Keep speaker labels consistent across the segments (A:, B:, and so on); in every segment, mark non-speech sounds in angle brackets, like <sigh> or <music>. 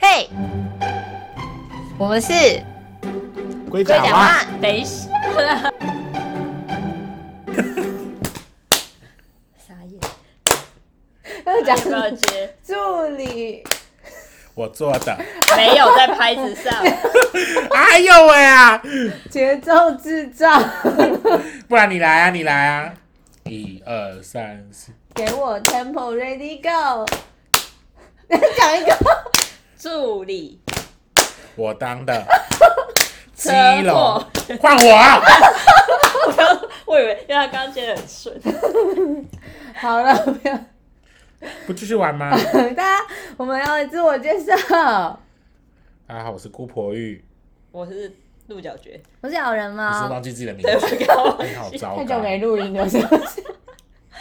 A: 对，我们是
B: 龟
A: 龟
B: 甲
A: 甲
B: 蛙，
A: 蛙。
C: 等一下，
A: 傻眼。要讲
C: 有没有接？
A: 助理，
B: 我做的。
C: 没有在拍子上，
B: <laughs> 哎呦喂啊！
A: 节奏制造，
B: 不然你来啊，你来啊！一二三四，
A: <laughs> 给我 tempo ready go。讲一个，
C: 助理
B: 我当
A: <laughs>
B: 的基
C: 车
B: 隆
C: 祸，
B: 换我。啊
C: 我刚我以为，因为他刚刚接的很顺，
A: 好了，不要。
B: 不继续玩吗？
A: 大家，我们要自我介绍。
B: 大家啊好，我是姑婆玉，
C: 我是鹿角蕨，
A: 我是咬人
B: 你是不是
A: 吗？
B: 忘记自己的名
C: 对，
A: 啊
B: 字，
C: 我刚忘
B: 你好
C: 记，
B: 糟
A: 太久
B: 糕。
A: 没录音了，是不是？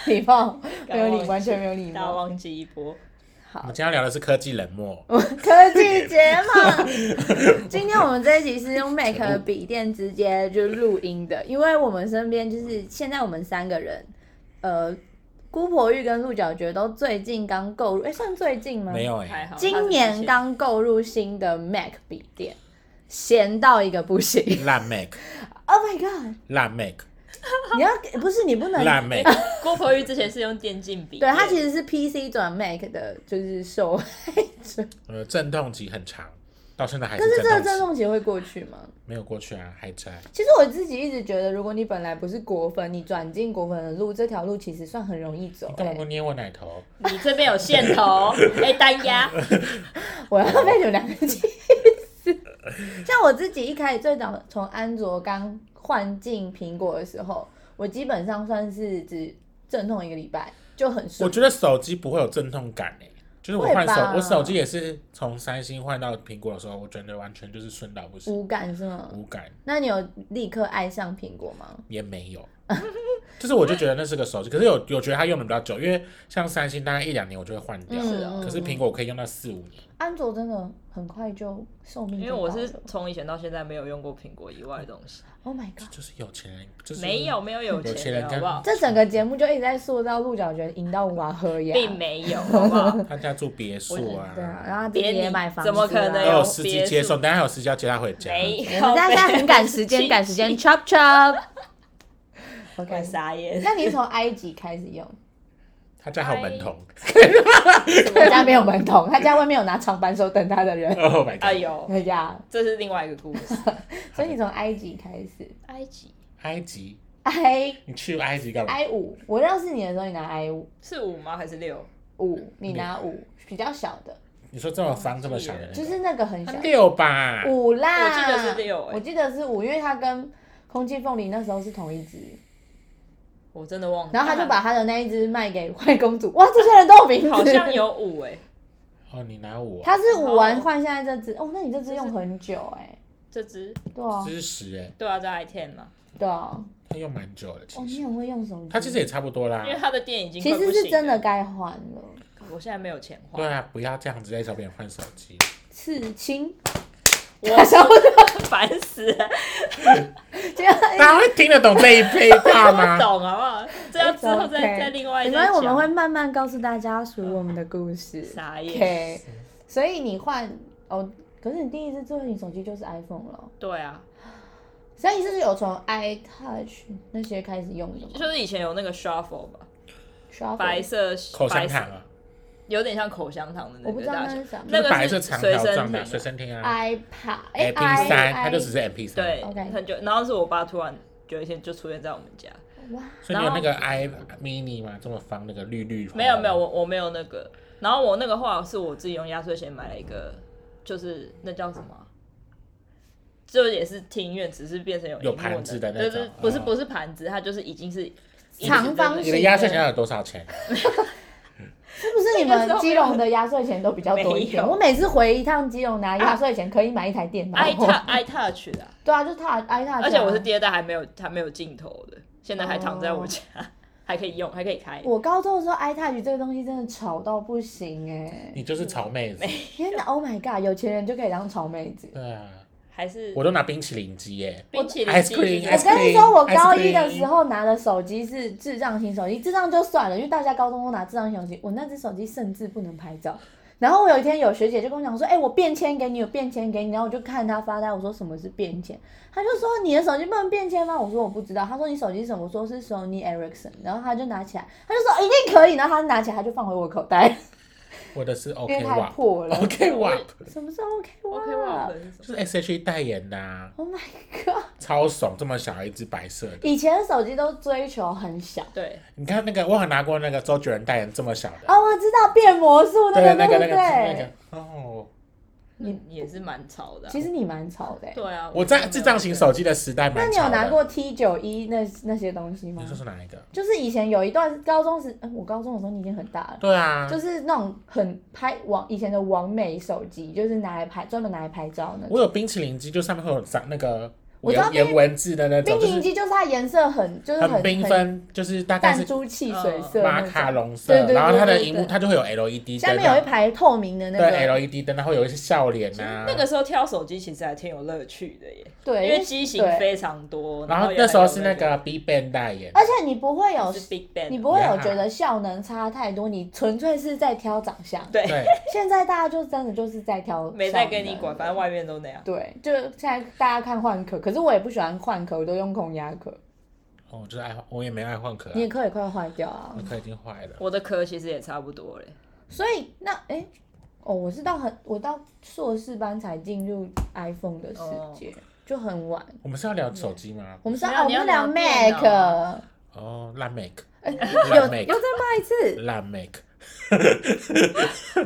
A: 礼貌没有
C: 刚忘
A: 礼，
C: 记
A: 完全没有礼
C: 大家
A: 貌。
C: 忘记一波，
B: 我们今天要聊的是科技冷漠，
A: 我科技节嘛，今天我们这一集是用 Mac 的笔电直接就录音的，因为我们身边就是现在我们三个人，呃，姑婆玉跟鹿角蕨都最近刚购入，哎、算最近吗？
B: 没有哎、
C: 还好，
A: 今年刚购入新的 Mac 笔电，闲到一个
B: <laughs>
A: 不行。
B: 烂 Mac，
A: Oh my god！
B: 烂 Mac，
A: 你要给不是你不能
B: 烂
C: 他
B: Mac，
C: 是之前。哎郭婆玉之前是用电竞笔，
A: 对，它其实是 PC 转 Mac 的，就是受害者。
B: 呃，阵痛期很长，到现在还
A: 可是这个
B: 阵
A: 阵
B: 痛期，
A: 痛期会过去吗？
B: 没有过去啊，还在。
A: 其实我自己一直觉得，如果你本来不是果粉，你转进果粉的路，这条路其实算很容易走
B: 你、干嘛给我
A: 欸。
B: 捏我奶头？
C: 你这边有线 <laughs> 头，哎，单压，
A: 我要被你们两个气死。像我自己一开始最早从安卓刚换进苹果的时候，我基本上算是只阵痛一个礼拜就很
B: 我
A: 顺。
B: 觉得手机不会有阵痛感诶、就是我
A: 会
B: 换手
A: 吧，
B: 我手机也是从三星换到苹果的时候，我觉得完全就是顺到不行，
A: 无感是吗？
B: 无感
A: 那你有立刻爱上苹果吗？
B: 也没有。 <laughs> 就是我就觉得那是个手机，可是有有觉得它用的比较久，因为像三星大概一两年我就会换掉，
A: 是哦
B: 可是苹果可以用到四五年。
A: 安卓真的很快就寿命
C: 因
A: 就
C: 为
A: 到了，
C: 我是从以前到现在没有用过苹果以外的东西，
A: Oh my god！
B: 就是有钱人，就是
C: 没有没有有
B: 有钱
C: 钱
B: 人
C: 人好
B: 家
C: 不好？
A: 这整个节目就一直在塑造鹿角蕨赢到娃喝牙，
C: 并没有，好
B: <laughs>
C: 不好？
B: 他家住别墅啊，
A: 对啊，然后他自
C: 别
A: 己
C: 理
A: 也买房子、
C: 怎
A: 啊，
C: 么可能
B: 还
C: 有
B: 有司机
C: 别
B: 接送，
C: 墅
B: 等下还有司机要接他回家。
C: 没有，
A: 我们大家很赶时间，赶时间，chop chop。
C: 我
A: OK，
C: 傻眼，
A: 那你是从埃及开始用？
B: 他家还有门童。
A: 他家没有门童，他家外面有拿长扳手等他的 <laughs> 人。
B: <laughs> Oh my
C: 哎
B: god！
C: 呦，
A: 哎呀，
C: 这是另外一个故事。
A: 所以你从埃及开始，
C: 埃及
B: 埃及，
A: 埃
B: 你去埃及干嘛？
A: 埃五，我认识你的时候你拿埃五，
C: 是五吗？还是六？
A: 五你拿五，比较小的，
B: 你说这么方这么小的那个，
A: 就是那个很
B: 他
A: 小，
B: 六吧？
A: 五啦，
C: 我记得是六欸
A: 我记得是五，因为它跟空气凤梨那时候是同一只，
C: 我真的忘了。
A: 然后他就把他的那一只卖给坏公主，哇，这些人都有名字，
C: 好像有五哎、
B: 哦，你拿五、啊，
A: 他是五完换现在这只，哦，那你这只用很久哎、
C: 这只
A: 对啊
B: 这，是十哎，
C: 对啊，在 i ten 嘛，
A: 对啊，
B: 他用蛮久的，
A: 哦，
B: 其
A: 你
B: 实
A: 很会用手机，
B: 他其实也差不多啦
C: 因。为他的店已经
A: 其
C: 快不
A: 实
C: 行
A: 是真的
C: 了，
A: 该换了，
C: 我现在没有钱花
B: 对。啊，不要这样子在小便换手机，
A: 刺青， <laughs>
C: 我
A: 想不
C: 烦死了，
A: 这
C: 啊
A: 样，
B: 大家会听得懂这一配话
C: 不
A: <laughs>
B: 吗？
C: 懂好不好？这要之后再
A: It's okay
C: 再另外一
A: 没
C: 再
A: 关系，
C: 讲。嗯
A: 我们会慢慢告诉大家属于我们的故事。
C: 傻眼。
A: OK，所以你换哦，可是你第一次智慧型手机就是 iPhone 了。
C: 对啊，
A: 所以你是不是有从 iTouch 那些开始用的吗？
C: 就是以前有那个 shuffle 吧，
A: 刷
C: 白色
B: 口香
C: 白色
B: 糖啊，
C: 有点像口香糖的
A: 我
C: 那
A: 不
C: 个
A: 知道
C: 大
A: 那
C: 小
A: 是，什么。
C: 那
B: 就
C: 个
B: 是白
C: 是
B: 色长
C: 随
B: 条
C: 身
B: 状的
C: 听
B: 随身听啊
A: iPad，哎
B: ，MP 三，
A: i
B: 它就只是 MP 三。
C: 对
A: OK
C: 很久。然后是我爸突然有一天就出现在我们家，
A: 哇，
B: 所以你有那个 i mini 吗？这么方那个绿绿？
C: 没有没有，，我我没有那个。然后我那个画是我自己用压岁钱买了一个，就是那叫什么啊？就也是听音乐，只是变成有
B: 有
C: 荧幕
B: 盘子的那
C: 对
B: 种
C: 对，不是
B: 哦
C: 不是盘子，它就是已经是
A: 长方
B: 你
A: 形
B: 的压岁钱要有多少钱？
A: 是不是你们基隆的压岁钱都比较多一点？
C: 没有啊
A: 我每次回一趟基隆拿压岁钱，可以买一台电脑。
C: i touch i touch 的啊、
A: 对啊，就 Touch iTouch，啊
C: 而且我是第二代还没有还没有镜头的，现在还躺在我家， <laughs> 还可以用，还可以开。
A: 哦我高中的时候 iTouch 这个东西真的吵到不行哎、
B: 你就是草妹子。
A: 天哪，Oh my god，有钱人就可以当草妹子。
B: 对啊，
C: 还是
B: 我都拿冰淇淋机耶。
C: 冰淇淋
B: ice cream，
C: 机就
A: 我
C: 是
B: ice
A: 跟你说，我高一的时候拿的手机是智障型手机，智障就算了，因为大家高中都拿智障型手机，我那只手机甚至不能拍照，然后我有一天有学姐就跟我讲说，哎、我便签给你，有便签给你。然后我就看她发呆，我说什么是便签？她就说你的手机不能便签吗？我说我不知道。她说你手机是什么？我说是 Sony Ericsson。然后她就拿起来，她就说一定可以。然后她拿起来，她就放回我口袋，
B: 我的是
A: 因为
B: OK
A: 太
B: WAP。
A: 哎破了。
B: OK WAP
A: 什么是 OK
C: OK，
A: w
C: 我好
A: a
C: 喷什么？
B: 就是 S H E 代言的、啊，
A: o h my god！
B: 超怂，这么小一只白色的。
A: 以前的手机都追求很小。
C: 对，
B: 你看那个，我很拿过那个周杰伦代言这么小的，
C: 啊
A: 哦，我知道变魔术那
B: 对
A: 个，
B: 那
A: 对
B: 个那
A: 不
B: 个
A: 对？
B: 那个哦。
A: 你
C: 也是蛮潮的啊。
A: 其实你蛮潮的欸、
C: 嗯对啊，
B: 我在智障型手机的时代蛮
A: 那你有
B: 潮的
A: 拿？过 T 九一那那些东西吗
B: 你？说是哪一个？
A: 就是以前有一段高中时，嗯，我高中的时候你已经很大了，
B: 对啊，
A: 就是那种很拍网以前的网美手机，就是拿来拍专门拿来拍照那种。
B: 我有冰淇淋机，就上面会有长那个
A: 我知道
B: 颜颜文字的那种，
A: 冰
B: 就
A: 淇淋
B: 是
A: 机就是它颜色很就是
B: 很
A: 很
B: 缤，纷，就是大
A: 很
B: 概是
A: 弹珠汽水
C: 嗯
A: 色
B: 马
A: 那
B: 卡
A: 种。
B: 龙色
A: 对对，对
B: 然后它的荧
A: 对
B: 幕
A: 对
B: 它就会有 LED 灯，啊
A: 下面有一排透明的那
B: 对
A: 个，
B: LED 灯，然后有一些笑脸
C: 其实
B: 啊。
C: 那个时候挑手机其实还挺有乐趣的耶，
A: 对，
C: 因为机型
A: 对
C: 非常多。
B: 然后
C: 也
B: 那时候是
C: 还有
B: 那个 B Ban 代言，
A: 而且你不会有
C: 是 Big Bang，
A: 你不会有觉得效能差太多，你纯粹是在挑长
C: <laughs>
A: 相。
C: 对
B: 对，
A: 现在大家就真的就是在挑，
C: 没在跟你管，反正。外面都那样。
A: 对，就现在大家看换壳，可是我也不喜欢换壳，我都用空压壳。
B: 哦，我就是爱换，我也没爱换壳啊，
A: 你也可以快坏掉啊
B: 那。壳已经坏了。
C: 我的壳其实也差不多
B: <laughs>
C: 嘞，
A: 所以那哎、哦，我是到很我到硕士班才进入 iPhone 的世界，就很晚。
B: 我们是要聊手机吗？
A: 我们是
C: 哦没
A: 要
C: 有
A: 哦我
C: 你要
A: 们聊
C: 聊电
A: Mac，
C: 脑
B: 哦，烂 Make，
A: 哎有
B: 烂
A: 有
B: Make，
A: 再骂一次。
B: 烂 Make，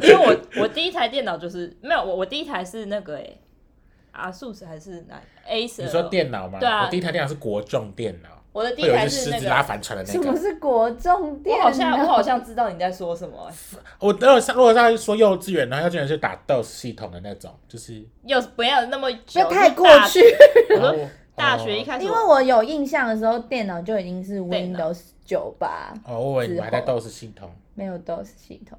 C: 因为我我第一台电脑就是没有我我第一台是那个哎、阿素还是哪 A 十？
B: 你说电脑吗？哦
C: 对啊
B: 我第一台电脑是国众电脑，
C: 我的第
B: 会
C: 一
B: 有一
C: 台
B: 只
C: 是
B: 狮
C: 那
B: 子拉
C: 个，
B: 帆船的那
A: 什么
B: 个。
A: 是国重电
C: 我
A: 脑？
C: 好像我好像知道你在说什么、欸，
B: 我如果上如果要说幼稚园，然后幼稚园是打 DOS 系统的那种，
C: <laughs>
B: 就是
C: 又不要那么久，
A: 这太过
C: 大
A: 去。
B: 然
A: 哦
B: 后
C: 大学一开始
A: 因
C: 我，
A: 为我有印象的时候，电脑就已经是
C: 电脑
A: Windows 九吧，
B: 哦，哦我以为你们还在
A: 之
B: DOS 系统，
A: 没有 DOS 系统，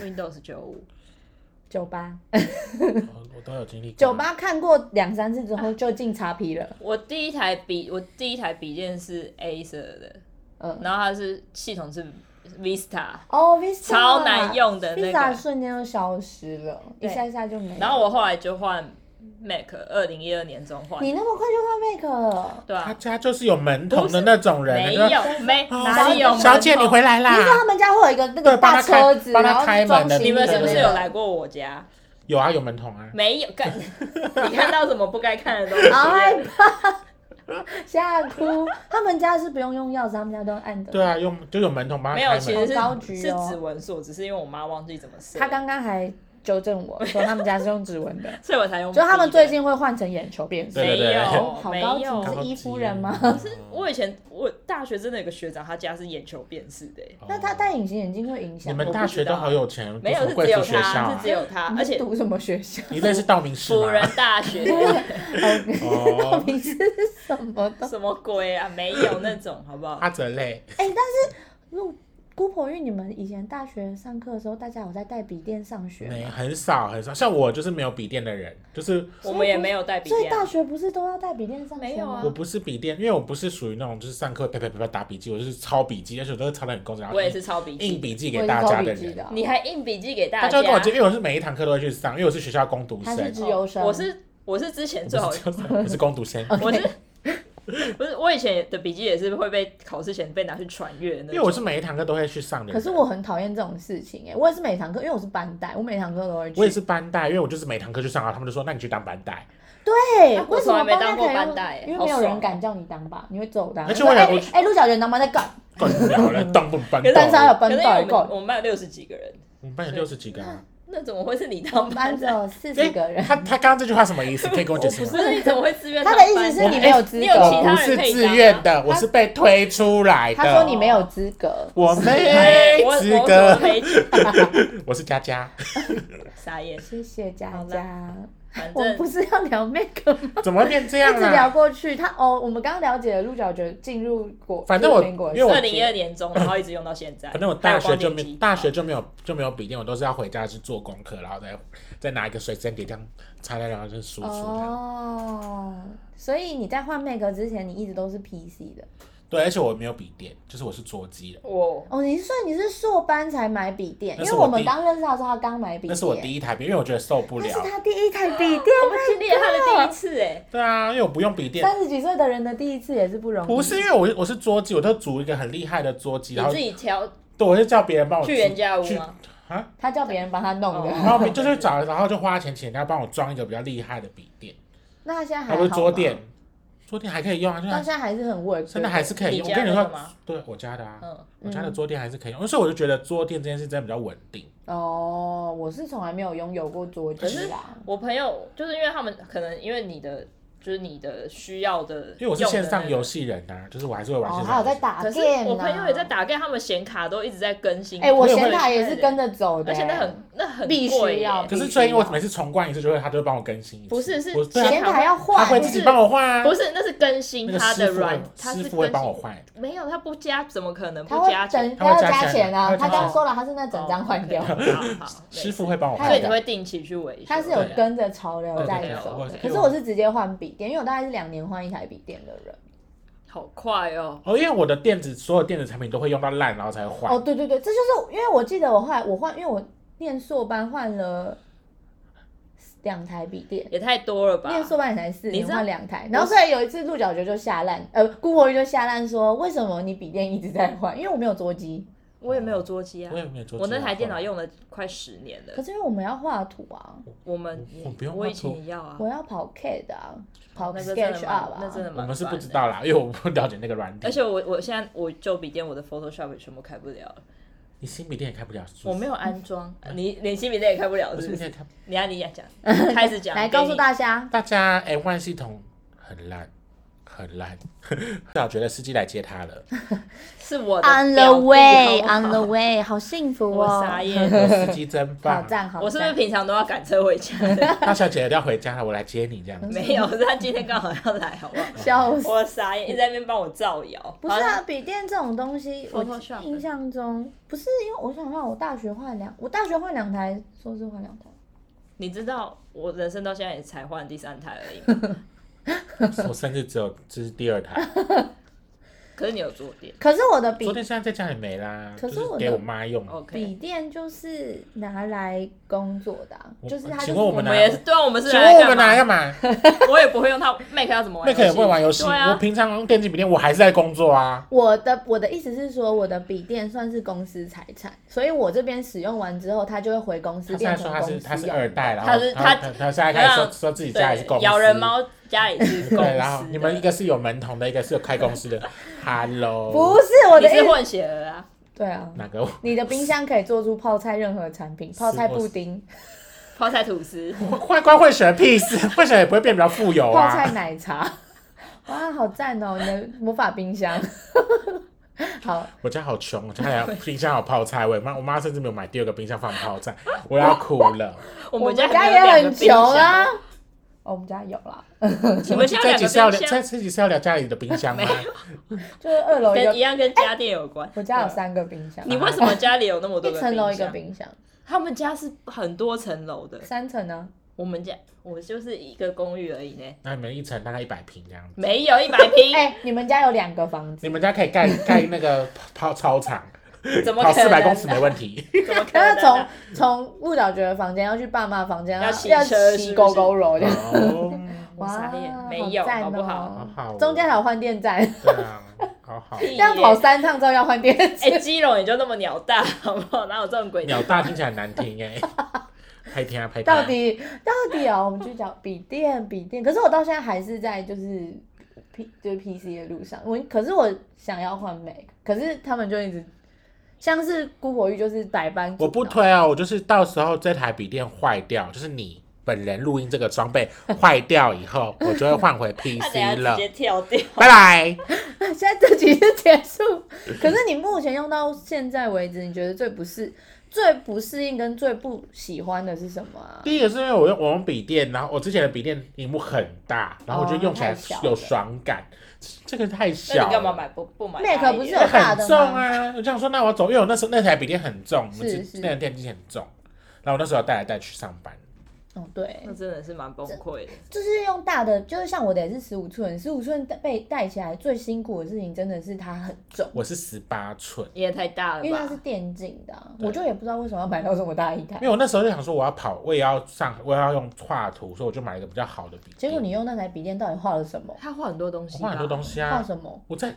C: Windows 九五，
A: 九八
B: 哦我都有经历过。
A: 九八看过两三次之后就进叉 P 了，
C: 我第一台笔我第一台笔电是 A 十的，
A: 嗯，
C: 然后它是系统是 Vista，
A: 哦 Vista
C: 超难用的那个
A: Vista 瞬间就消失了，一
C: 对
A: 下下就没了。
C: 然后我后来就换 Mac，二零一二年中换，
A: 你那么快就换 Mac 了，
C: 对
B: 他
C: 啊，
B: 家就是有门童的那种人，
C: 没
B: 那个
C: 有没
B: 哦
C: 哪里有门
B: 小姐你
C: 童
B: 回来
A: 你知道
B: 啦？
A: 他们家会有一个那
B: 对
A: 个
B: 帮
A: 大
B: 他开
A: 车子，
B: 帮他
A: 然后
B: 开门
A: 装
B: 的
A: 行
C: 你
A: 李
C: 们
A: 的
C: 是不是有
A: 那个
C: 来过我家？
B: 有啊，有门童啊。
C: 没有，
A: <laughs>
C: 干你看到什么不该看的东西？
A: 好害怕，哎吓哭。他们家是不用用钥匙，他们家都用按的。
B: 对啊，用就有门童帮
C: 没
B: 他
C: 有，
B: 开
C: 其
B: 门
C: 实。是、
A: 好高级
C: 是
A: 哦
C: 指纹锁，只是因为我妈忘记怎么设，
A: 他刚刚还纠正我说他们家是用指纹的。 <laughs>
C: 所以我才用。
A: 就他们最近会换成眼球变色
B: 对，对对
C: 没有，
A: 好
C: 没
A: 高级
C: 有。
A: 是伊夫人吗
B: 高级
C: 是我以前我大学真的有个学长，他家是眼球辨识的、欸，
B: 哦
A: 那他戴隐形眼镜会影响
B: 你
A: 吗？
B: 们大学都好有钱，
C: 没有
B: 读什么
C: 是只
B: 贵
C: 有
B: 族学校
C: 他，
B: 啊
C: 是只有他，而且
A: 读什么学校？
B: <laughs> 你认识道明
C: <laughs>
B: 寺
C: 辅仁
B: 吗？<laughs>
C: 大学
A: <laughs> 到
B: 哦，
A: 底是什么东西？
C: 什么鬼啊？没有那种，好不好？
B: 阿泽类，
A: 如姑婆玉，你们以前大学上课的时候，大家有在带笔电上学
B: 没
A: 吗？
B: 很少很少，像我就是没有笔电的人，就是
C: 我们也没有带笔
A: 所以
C: 电
A: 大
C: 啊，
A: 学不是都要带笔电上学吗？
C: 没有啊
B: 我不是笔电，因为我不是属于那种就是上课啪啪啪啪打笔记，我就是抄笔记，而且我都是抄的很工整，然后
C: 我也是抄笔
B: 印
C: 记，啊
B: 笔记
A: 我也
B: 给
A: 是
B: 大
A: 抄
B: 家
A: 笔
B: 的
A: 记
B: 人
A: 的。。
C: 你还印笔记给大
B: 他
C: 家
B: 就会跟我借，因为我是每一堂课都会去上，因为我是学校攻读
A: 他
B: 生，
A: 哦是自由生，
C: 我是我是之前最好
B: <laughs> 我不是
C: <laughs>
B: 自由生我是攻读生，
A: OK
C: 我是不是我以前的笔记也是会被考试前被拿去传阅的那种，
B: 因为我是每一堂课都会去上的人。
A: 可是我很讨厌这种事情哎、我也是每堂课，因为我是班带，我每堂课都会去。
B: 我也是班带，因为我就是每堂课去上，然后他们就说那你去当班带，
A: 对，
C: 我
A: 为什
C: 从
A: 么
C: 来没
A: 带
C: 当过
A: 可以用
C: 班带欸
A: 因为
C: 好
A: 没有
C: 爽
A: 人
C: 哦
A: 敢叫你当吧，你会走的啊。
B: 而且
A: 就说
B: 我想
A: 哎
B: 我
A: 哎，陆小姐，你当班在干，
B: 断不了了，当不班
C: 可
B: 带。
C: 是
A: 班上有班
C: 可是因
A: 带
C: 为我
A: 够
C: 们。我们班有六十几个人，
B: 我们班有六十几个啊。
C: 那怎么会是你
A: 我
C: 当
A: 们班
C: 班
A: 只
B: <laughs>
C: 的？
A: 有四十个人。
B: 他他刚刚这句话什么意思？可以跟我解释
C: 不
B: 吗？
C: 是你怎么会自愿
A: 他
C: 当
A: 的
C: 班？
A: 意思是你
C: 我
A: 没有资
C: 你
A: 格
C: 有
B: 我
C: 其
B: 不
C: 他
B: 是
C: 人可以
B: 自
C: 当啊
B: 愿的，我是被推出来
A: 他说
B: 的。
A: 你没有资格，
B: 我
C: 哎
B: 没
C: 我
B: 资
C: 我怎么
B: 格，
C: 没
B: 我是佳佳，
C: 傻眼，
A: 谢谢佳
C: 好
A: 佳。
C: 反
A: 我们
C: 正
A: 不是要聊 make 吗？
B: 怎么会变这
A: 一
B: 样
A: 直聊
B: 啊？
A: 过去，他哦，我们刚刚了解了鹿角蕨进入国，
B: 反正我
A: 进入民国
B: 因为我
C: 二零一二年中，然后一直用到现在。
B: 反正我大学就
C: 还有光
B: 没
C: 碟机
B: 大学就没有就没有笔电，我都是要回家去做功课，然后再再拿一个水蒸笔这样擦在，然后就输
C: 啊哦
B: 出这样。
A: 哦，所以你在换 make 之前，你一直都是 PC 的，
B: 对，而且我没有笔电，就是我是桌机的，
C: 我
A: 哦，你是说你是硕班才买笔电？因
B: 那
A: 为
B: 是
A: 我
B: 我
A: 们
B: 第一
A: 刚认识他的时候，他刚买笔电。
B: 那是我第一台笔，因为我觉得受不
A: 那
B: 了
A: 是。他第一台笔电。
C: 我们经历了他的第一次哎，
B: 对啊，因为我不用笔电，
A: 三十几岁的人的第一次也是不容易。
B: 不是因为我我是桌机，我就组一个很厉害的桌机，
C: 你
A: 啊
B: 然后
C: 自己调
B: 对，我就叫别人帮我
C: 去
B: 组
C: 人家屋
B: 去
C: 吗？
B: 啊，
A: 他叫别人帮他弄的。
B: 然后就是找，然后就花钱请人家帮我装一个比较厉害的笔电，
A: 那他现在还
B: 还
A: 好
B: 不
A: 吗
B: 是桌垫，，桌垫还可以用啊，就
A: 到现
B: 是
A: 在还是很 work。
B: 真的还是可以用。
C: 你
B: 我
C: 家
B: 跟你
C: 的
B: 说
C: 吗，
B: 对我家的啊，
C: 嗯，
B: 我家的桌垫还是可以用，所以我就觉得桌垫这件事真的比较稳定。
A: 哦，我是从来没有拥有过桌
C: 可
A: 机
C: 是
A: 啦。
C: 我朋友就是因为他们可能因为你的就是你的需要的，
B: 因为我是线上游。戏人呐、啊，就是我还是会玩
A: 哦
B: 线，
A: 还
B: 上游
A: 有在
B: 戏。
A: 打
C: 可是
A: game
C: 我朋友也在
A: 啊。
C: 打 game，他们显卡都一直在更新。
A: 哎、我
B: 我也
A: 显
B: 会
A: 卡也是跟着走的、
C: 而且那很那很
A: 必须
C: 贵耶欸
A: 要
B: 可是
A: 必须
B: 所以因为我
A: 要
B: 每次重灌一次，就会他就会帮我更新一次。
C: 啊不是是
B: 我对
C: 显
B: 啊，
A: 显卡要换，
B: 他会自己
C: 是
B: 帮我换啊。
C: 不是，那是更新
B: 那个
C: 它
B: 师
C: 的
B: 傅会
C: 软，它是
B: 师
C: 更
B: 傅会帮我
C: 新。
B: 换，
C: 没有，它不加，怎么可能
A: 他
C: 不加
A: 会
C: 钱？
A: 整，
B: 他会
A: 要
B: 加
A: 加
B: 钱
A: 钱啊！
B: 他会
A: 他
B: 加
A: 刚
B: 钱
A: 说了，他是那整张换掉
C: 哦，，OK，好好
B: <laughs> 师傅会帮我
A: 他
B: 换
C: 所
B: 的。
C: 以你会定期去维修。啊
A: 他是有跟着潮流
B: 对
C: 哦
B: 啊
A: 在
B: 对
A: 走
B: 我
A: 的。
B: 因
A: 可
B: 为
A: 是我是直接换笔电，因为我大概是两年换一台笔电的人。
C: 好快哦，
B: 哦，因为我的电子所有电子产品都会用到烂，然后才换。
A: 哦，对对对，这就是因为我记得我后来我换，因为我念硕班换了两台笔电。
C: 也太多了吧？
A: 念硕班也才四
C: 你
A: 年，
C: 知道
A: 换两台，然后所以有一次鹿角蕨就下烂，呃，姑婆鱼就下烂说，为什么你笔电一直在换？因为我没有桌机，
C: 我也没有桌机啊
B: 我，也没有做。
C: 我那台电脑，用了快十年
A: 可
C: 了。
A: 是因为我们要画图啊，
C: 我们
B: 我不用
C: 我以
B: 画图
C: 前也要啊
A: 我，要跑 CAD 啊，跑
C: 那个真的
A: SketchUp
C: 蛮
A: 啊，
C: 那真的蛮
B: 我们是不
C: 烦
B: 知
C: 的。
B: 道啦，因为我不了解那个软体。
C: 而且我我现在我旧笔电我的 Photoshop 也全部开不了了，
B: 你新笔电也开不了，
C: 我没有安装， <laughs> 你连新笔电也开不了，
B: 我
C: 是
B: 新
C: 不
B: 笔
C: 是
B: 电？开不。
C: 你啊按你讲
A: <laughs>
C: 讲，开始讲，
A: 来
C: 给你
A: 告诉大家，
B: 大家 M One 系统很烂，很烂， <laughs> 我觉得司机来接他了，
C: 是我的
A: On
C: 表
A: the
C: 弟 <laughs> 好
A: way,
C: 不好
A: on the way，好幸福
C: 我
A: 哦！
C: 傻眼。
A: <laughs>
B: 我司机真
A: 好
B: 棒。
A: 赞，好赞！
C: 我是不是平常都要赶车回家？
B: 大小姐要回家了，我来接你这样子。
C: <laughs> 没有，是他今天刚好要来，好不
A: <laughs>
C: 好？
A: 笑死？
C: 我傻眼，一直在那边帮我造谣。
A: 不是啊，笔电这种东西，我
C: Photoshop
A: 印象中不是因为我想想，我大学换两，我大学换两台，硕士换两台，
C: 你知道我人生到现在也才换第三台而已嘛，
B: 我甚至只有这是第二台，
C: <laughs> 可是你有坐垫
A: 可是我的笔
B: 昨天现在在家里没啦，
A: 可
B: 就是是
A: 我
B: 给
A: 的
B: 我妈用。
A: 笔
C: ，OK？
A: 电就是拿来工作的啊、
B: 我
A: 就是它就是。
B: 请问我
C: 我
B: 们
C: 们也是，对啊，我们是
B: 请问我
C: 来
B: 们拿
C: 干
B: 干
C: 嘛？
B: 嘛？
C: 我也不会用它，Mac 要怎么玩？
B: 那可以会玩游戏。
C: 对
B: 我
C: 啊，
B: 平常用电竞笔电，我还是在工作啊。
A: 我的我的意思是说，我的笔电算是公司财产，所以我这边使用完之后，它就会回公司
B: 他现
A: 变
B: 在
A: 成
B: 说他
A: 公司
B: 是他是
A: 用
B: 二代，然后
C: 他是
B: 他
C: 他
B: 他现在开始
C: 没有
B: 说说自己家里是公
C: 对，
B: 司，
C: 咬人猫家里是公司
B: <laughs> 对，
C: 的，
B: 然后你们一个是有门童的，一个是有开公司的。Hello，
A: 不是我
C: 你
A: 的意
C: 是
A: 思。
C: 混血儿啊？
A: 对啊，
B: 哪个？
A: 你的冰箱可以做出泡菜任何产品，泡菜布丁、
C: 泡菜吐司，
B: 会关会选屁事，会选也不会变比较富有
A: 泡菜
B: 啊。
A: 奶茶， <laughs> 哇，好赞哦！你的魔法冰箱， <laughs> 好，
B: 我家好穷，我家还有 <laughs> 冰箱有泡菜味，妈我妈甚至没有买第二个冰箱放泡菜，我要哭
C: <laughs>
B: 了。
C: 我
A: 我
C: 们家还有两
A: 也
C: 个
A: 很
C: 冰
A: 穷
C: 箱，
A: 啊。哦我们家有啦，
C: 你们家
B: 这
C: 有两
B: 集
C: 个
B: 是要聊
C: 冰
B: 这
C: 箱，
B: 这集是要聊家里的冰箱吗？
A: 就是二楼一
C: 跟一
A: 个，
C: 样跟家电有关。
A: 我家有
C: 对
A: 三个冰箱，
C: 你为什么家里有那么多
B: 哎
A: 一
C: 个
A: 层楼一个
C: 箱？
A: 冰箱，
C: 他们家是很多层楼的，
A: 三层呢？
C: 我们家我就是一个公寓而已
B: <laughs>
C: 呢，
B: 那你们一层大概一百平这样子，
C: 没有一百平，
A: 哎，你们家有两个房
B: 你
A: 子，
B: 们家可以盖 <laughs> 盖那个跑操场，
C: 怎么
B: 跑
C: 可能？
B: 四百公尺没问
C: <laughs>
B: 题。
C: 怎么可
A: 但
C: 能
A: 是
C: 啊？
A: 从从鹿角蕨的房间要去爸妈房间，
C: 要
A: 要
C: 骑
A: 要
C: 车是
A: 骑
C: 不
A: 狗
C: 是
A: 狗楼这样，
B: 哦，
C: 我傻眼
A: 哇
C: 没有，
A: 好赞
C: 好不好？
B: 好
A: 哦
B: 好哦，
A: 中间还有换电站，
B: 对啊，好好。
A: 这
C: 屁
A: 样跑
C: 耶
A: 三趟之后要换电池。
C: 哎，基隆也就那么鸟大，好不好？哪有这种鬼地
B: 鸟
C: 方？
B: 大听起来很难听哎、拍天啊拍天啊
A: 到底到底啊，我们就讲笔电笔电，可是我到现在还是在就是 P 就是 PC 的路上，我可是我想要换 Mac，可是他们就一直像是姑婆玉就是百般
B: 我不
A: 推，
B: 推哦，我就是到时候这台笔电坏掉，就是你本人录音这个装备坏掉以后，我就会换回 <laughs>
C: <laughs> 他等下
B: PC
C: 直
B: 了
C: 接。跳掉，
B: 拜拜。
A: <laughs> 现在这集就结束。可是你目前用到现在为止，你觉得最不适、最不适应跟最不喜欢的是什么啊？
B: 第一个是因为我用我用笔电，然后我之前的笔电荧幕很大，然后我就用起
A: 哦
B: 来
A: 太小了
B: 有爽感，这个太
C: 那你
B: 小。
C: 干嘛？买不不买
A: Mac
C: 大一
A: 不是
C: 点
A: 有大
B: 很
A: 的吗
B: 重啊！我这样说，那我走，因为我那时候那台笔电很重，我们
A: 是
B: 之
A: 是
B: 那台电机很重，然后我那时候带来带去上班，
A: 哦，对
C: 那，真的是蛮崩溃的。
A: 就是用大的，就是像我的也是十五寸，十五寸被带起来最辛苦的事情真的是它很重，
B: 我是十八寸，
C: 也太大了
A: 因为它是
C: 吧？
A: 电竞的啊、
B: 对
A: 我就也不知道为什么要买到这么大一台
B: 因。为我那时候就想说我要跑，我也要上，我也要用画图，所以我就买了一个比较好的笔。
A: 结果你用那台笔电到底画了什么？
C: 他画很多东西
B: 我
C: 吧，
B: 画很多东西
A: 画
B: 啊，
A: 什么？
B: 我在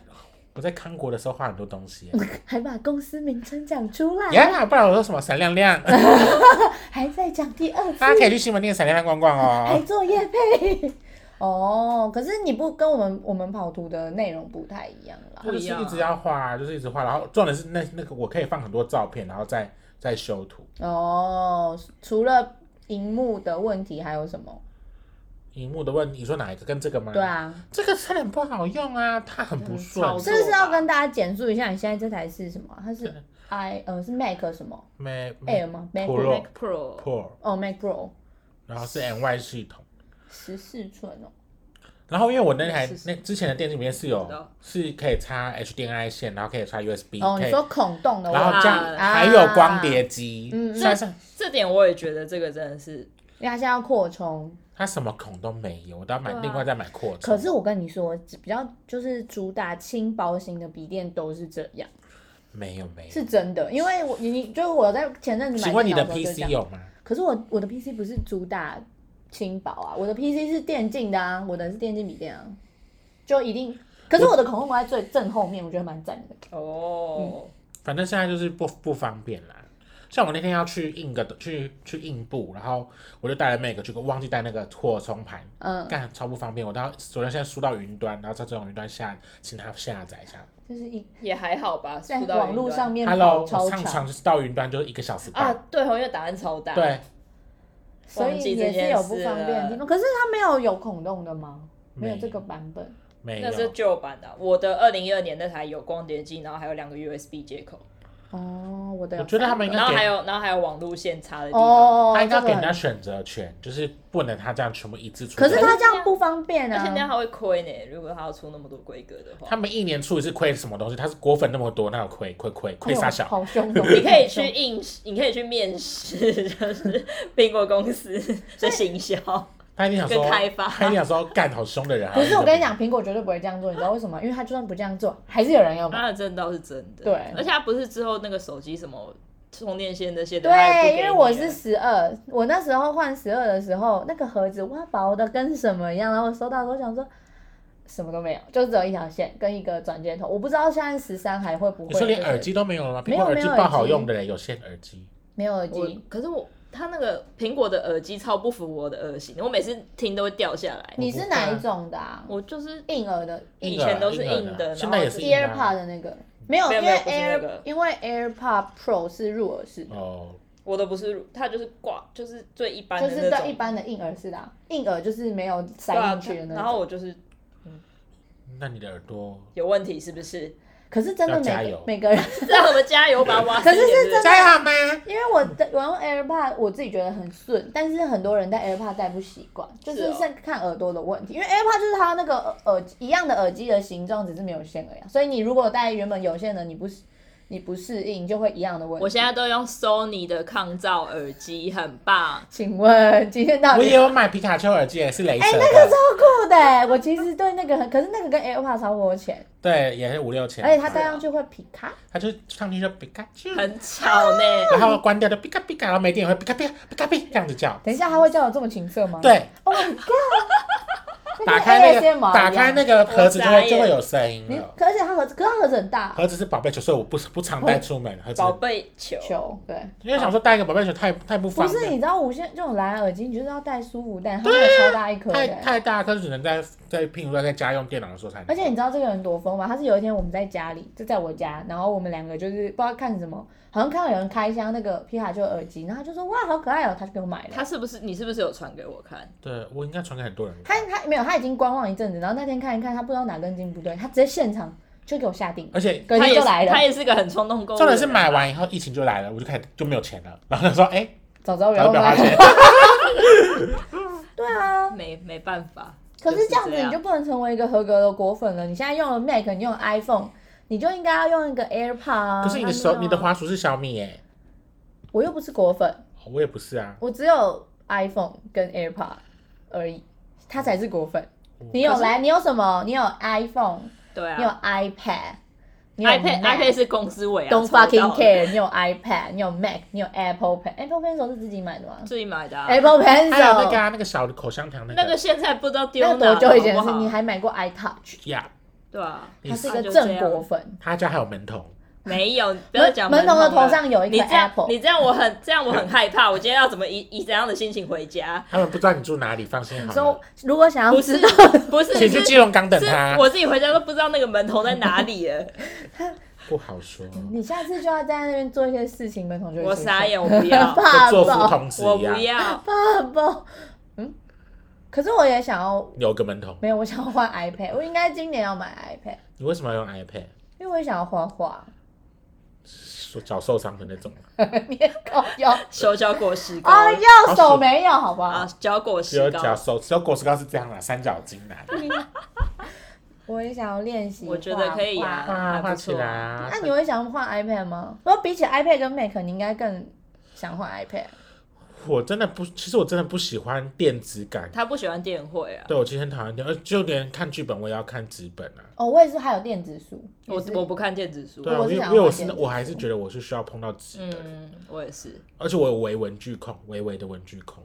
B: 我在康国的时候画很多东西、
A: 还把公司名称讲出来，
B: 呀、不然我说什么闪亮
A: <laughs>
B: 亮，
A: 还在讲第二次
B: 大，家可以去西门店闪亮亮逛逛
A: 还
B: 哦。
A: 做夜配。哦，可是你不跟我们我们跑图的内容不太一样啦
B: 我。就是一直要画，就是一直画，然后重点是那那个我可以放很多照片，然后再再修图。
A: 哦，除了荧幕的问题还有什么？
B: 荧幕的问题，你说哪一个跟这个吗？
A: 对，啊，
B: 这个差点不好用啊，它很不顺
C: 嗯。超
A: 是不是要跟大家简述一下你现在这台是什么？啊它是
B: 对
A: i 呃是 Mac 什么
B: 没
A: Air 吗？Mac
B: Pro
A: Pro
C: Mac Pro，
B: Pro，
A: 哦 Mac Pro
B: 然后是 NY 系统。
A: 十四寸哦。
B: 然后因为我那台
C: 是是
B: 那之前的电竞里面是有
C: 知道
B: 是可以插 HDMI 线，然后可以插 USB，
A: 哦，
B: 可
A: 你
B: 以
A: 说孔洞的
B: 然后
A: 话，
B: 这样
C: 啊
B: 还有光碟机，
A: 嗯嗯
B: 算是
C: 这点我也觉得这个真的是
A: 因为它现在要扩充。
B: 它什么孔都没有，我都要买
C: 对啊
B: 另外再买扩充。
A: 可是我跟你说，比较就是主打轻薄型的笔电都是这样，
B: 没有没有，
A: 是真的。因为我你你就是我在前阵子买
B: 请问你
A: 电
B: 的
A: 脑时候就
B: PC
A: 这样
B: 有吗？
A: 可是我我的 PC 不是主打轻薄啊，我的 PC 是电竞的啊，我的是电竞笔电啊，就一定。可是我的孔控放在最正后面，我觉得蛮赞的。嗯
C: 哦，
B: 反正现在就是不不方便啦。像我那天要去印个去去印布，然后我就带了 Mac，结果忘记带那个扩充盘，
A: 嗯，
B: 干超不方便。我到昨天现在输到云端，然后再从云端下请他下载一下。
A: 就是一
C: 也还好吧，
A: 在
C: 出到
A: 网
C: 云
A: 络
C: 端
A: 上面
B: Hello，
A: 跑
B: 我
A: 超
B: 上
A: 长，啊
B: 场就是到云端就是一个小时
C: 啊
B: 半，，
C: 对，红月答案超大，
B: 对，
A: 所以
C: 忘记这
A: 也是
C: 件
A: 有不
C: 事
A: 方便的
C: 了
A: 地方。可是它没有有孔洞的吗？没有
B: 没
A: 这个版本。
B: 没有
C: 那是旧版的啊、我的二零一二年那台有光碟机，然后还有两个 USB 接口，
A: 哦，我的有
B: 我觉得他们应该
C: 然后还
B: 给
C: 有然后还有网路线插的地方，
A: 哦，
B: 他应该
A: 这
B: 给
A: 个
B: 人家
A: 很
B: 选择权，就是不能他这样全部一次出。
A: 可是
B: 他
A: 他这样不方便
C: 而且那样
A: 啊。
C: 还会亏呢。如果他要出那么多规格的话，
B: 们一年出一次亏什么东西？他是果粉那么多，那有亏亏亏亏傻
A: 哎呦
B: 小。
A: 好凶 <laughs> 哦！
C: 你可以去应，你可以去面试， <laughs> 就是苹果公司的行 <laughs> 销。
B: 他一定想说
C: 跟开发，
B: 他一定想说干好凶的人啊。
A: 不是我跟你讲，苹果绝对不会这样做，你知道为什么吗？因为他就算不这样做，还是有人要买。
C: 他的真倒是真的，
A: 对
C: 而且他不是之后那个手机什么充电线那些的，他啊也不
A: 对，
C: 给
A: 因为
C: 你
A: 我
C: 了
A: 是十二，我那时候换十二的时候，那个盒子哇薄的跟什么一样，然后我收到的时候想说什么都没有，就只有一条线跟一个转接头。我不知道现在十三还会不会
B: 你说连
A: 就是
B: 耳机都没有了吗？
A: 没
B: 苹
A: 有
B: 果耳机
A: 没有
B: 爆
A: 耳机
B: 好用的人有线耳机，
A: 没有耳
C: 我
A: 机，
C: 可是我他那个苹果的耳机超不符我的耳型，我每次听都会掉下来。
A: 你是哪一种的啊？
C: 我就是
A: 硬耳的
C: 以
B: 硬耳
C: 前都是
B: 硬耳
C: 硬的
B: 啊现在也是硬的啊
A: AirPod 的那个没有，
C: 没
A: 因
C: 有没
A: 为
C: 有
A: Air
C: 不是那个
A: 因为 AirPod Pro 是入耳式的。
B: 哦。
C: 我的不是，它就是挂，就是最一般
A: 就
C: 的
A: 是
C: 哦那
A: 到一
C: 种。
A: 般的硬耳式的、啊，硬耳就是没有塞
C: 对啊
A: 进去的那种。
C: 然后我就是
B: 那你的耳朵
C: 有问题，是不是？
A: 可是真的
B: 要加
A: 每
B: 油
A: 个每个人， <laughs>
C: <laughs> 让我们加油吧，哇！
A: 可是是真的
B: 加油好吗？
A: 因为我的我用 AirPod 我自己觉得很顺，但是很多人戴 AirPod 戴不习惯，就是
C: 是哦
A: 是看耳朵的问题。因为 AirPod 就是它那个耳耳一样的耳机的形状，只是没有线而已啊、所以你如果戴原本有线的，你不适你不适应，就会一样的问题。
C: 我现在都用 Sony 的抗噪耳机，很棒。
A: 请问今天到
B: 我
A: 底
B: 也有买皮卡丘耳机，也是雷
A: 哎、
B: 蛇
A: <laughs> 那个
B: 的，
A: 超酷的、欸，我其实对那个很，可是那个跟 AirPod 差不多钱，
B: 对，啊也是五六千。
A: 而且它戴上去会皮卡。
B: 它就上去就皮卡
C: <laughs>
B: 丘，
C: 很吵
A: <laughs>
C: 呢，
B: 然后关掉就皮卡皮卡，然后没电也会皮卡皮卡皮卡皮这样子叫。
A: 等一下，它会叫我这么情色吗？
B: 对，
A: Oh my
B: <laughs>
A: god！
B: 打开那个
A: ASMR
B: 打开那个盒子就
C: 我傻
B: 会
C: 眼
B: 就会有声音
A: 你
B: 了。，
A: 可而且它盒子，可是它盒子很大，
B: 盒子是宝贝球，所以我不不常带出门。盒子，
C: 宝贝球。
A: 球对，
B: 因为想说带一个宝贝球太太不
A: 不
B: 方
A: 是你
B: 便，
A: 知道无线这种蓝牙耳机，你就是要戴舒服戴，它那个超大一颗
B: 太
A: 的。
B: 太大，颗只能在在譬如说在家用电脑的时候才能。
A: 欸而且你知道这个人多疯吗？他是有一天我们在家里，就在我家，然后我们两个就是不知道看什么，好像看到有人开箱那个皮卡丘耳机，然后他就说哇好可爱哦，他就给我买了
C: 他。是不是你是不是有传给我看？
B: 对我应该传给很多人。
A: 他他没有，他已经观望一阵子，然后那天看一看，他不知道哪根筋不对，他直接现场就给我下定，
B: 而且
A: 隔
C: 他
A: 天
C: 也
A: 就是来了
C: 他。也是个很冲动购物。
B: 重点是，买完以后疫情就来了，我就开始就没有钱了。然后他说：“哎，
A: 早知 <laughs> 道我
B: 然后
A: 要
B: 不要花
A: 买。
B: 钱。
A: 对啊，
C: 没没办法。
A: 可是这样子
C: 就
A: 你就不能成为一个合格的果粉了。你现在用了 Mac，你用了 iPhone，你就应该要用一个 AirPod 啊。”
B: 可是你的
A: 他没有
B: 手
A: 啊
B: 你的滑鼠是小米耶，哦
A: 我又不是果粉，
B: 我也不是啊。
A: 我只有 iPhone 跟 AirPod 而已，他才是果粉。
B: 嗯
A: 你有
C: 可是
A: 来，你有什么？你有 iPhone，
C: 对
A: 你有
C: 啊
A: iPad，你有
C: iPad
A: Mac
C: iPad 是公司尾啊
A: Don't
C: 抽到的
A: fucking care。你有 iPad，你有 Mac，你有 Apple Pen，Apple Pencil 是自己买的吗
C: 自己买的啊、
A: ？Apple
B: 还有那个
A: Pencil
B: 啊，那个小的口香糖
C: 那个
B: 个
C: 现在不知道丢
A: 那
C: 哪
A: 个多久以前的
C: 好不
A: 事？
C: 好
A: 你还买过 iTouch，
B: 呀，
C: 对啊，
B: 你
A: 他是一个
C: 就这
A: 正
C: 样
A: 果粉。
B: 他家还有门童，
C: 没有，不要
A: 门
C: 讲
A: 门
C: 童
A: 童的头
C: 了
A: 上有一
C: 你
A: 颗
C: 这样
A: Apple，
C: 你这样我很这样我很害怕，我今天要怎么以以怎样的心情回家？
B: 他们不知道你住哪里，放心好
A: 说
B: 了，
A: 如果想要
C: 不是
A: 啊知道，
C: 不是
B: 请去
C: 是
B: 基隆港等
C: 是
B: 他，
C: 我自己回家都不知道那个门头在哪里了，
B: <laughs> 不好说，
A: 你下次就要在那边做一些事情，门童就会
C: 我
A: 出
C: 傻
A: 现， <laughs>
C: 眼，我
B: <laughs>
C: 不要，
B: 跟
A: 怕
B: 做
A: 爆
B: 福童子
C: 我
B: 一
C: 不
B: 样，
C: 要，
A: 怕爆。嗯，可是我也想要，
B: 有个门童，
A: 没有，我想要换 iPad，我应该今年要买 iPad，
B: 你为什么要用 iPad？
A: 因为我也想要画画。
B: 说脚受伤的那种吗，
A: 你也搞腰
C: 手脚果实膏
A: 啊，右哦手没有，好不好
C: 啊？，脚果
B: 只有
C: 实
B: 脚
C: 膏，
B: 受，只有果实膏是这样啦，三角巾啦，
A: 我也想要练习画画，
C: 我觉得可以
A: 啊
C: 呀
B: 画
C: 还不
B: 画起
C: 错
B: 来啊。
A: 那你会想换 iPad 吗？如果比起 iPad 跟 Mac，你应该更想换 iPad。
B: 我真的不，其实我真的不喜欢电子
A: <laughs>
B: 感。
C: 他不喜欢电绘啊，
B: 对，我其实很讨厌电，呃就连看剧本我也要看纸本啊。
A: 哦，我也是，还有电子书。
C: 我
A: 也是
C: 我不看电子书
B: 对，啊，
A: 我
B: 因
A: 是
B: 为
A: 想
B: 因为
A: 要
B: 我
A: 看
B: 是
A: 电子
B: 我还是觉得我是需要碰到纸本，
C: 嗯，我也是，
B: 而且我有微文具控，微微的文具控，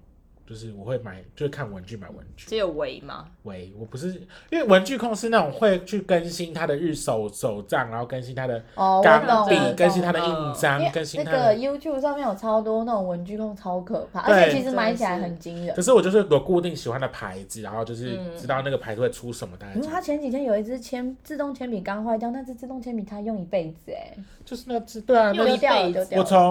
B: 就是我会买，就是看文具买文具。
C: 只有围嘛，
B: 微，我不是因为文具控是那种会去更新他的日手手账，然后更新他的
A: 哦，我
B: 钢
A: 懂，
B: 笔
A: 我懂，
B: 更新他的
C: 嗯
B: 印
A: 因为
B: 章，更新他
A: 那个
B: 的。
A: YouTube 上面有超多那种文具控，超可怕，
B: 对
A: 而且其实买起来很惊人
B: 可。是我就是有固定喜欢的牌子，然后就是
C: 嗯
B: 知道那个牌子会出什么，大概
A: 因
B: 知
A: 为
B: 道
A: 嗯他前几天有一支铅自动铅笔刚坏掉，那支自动铅笔他用一辈子哎，
B: 就是那只对啊，
C: 用
B: 那
A: 丢
C: 一
B: 个
A: 掉了
C: 辈子
A: 丢掉
B: 我
A: 了。
B: 从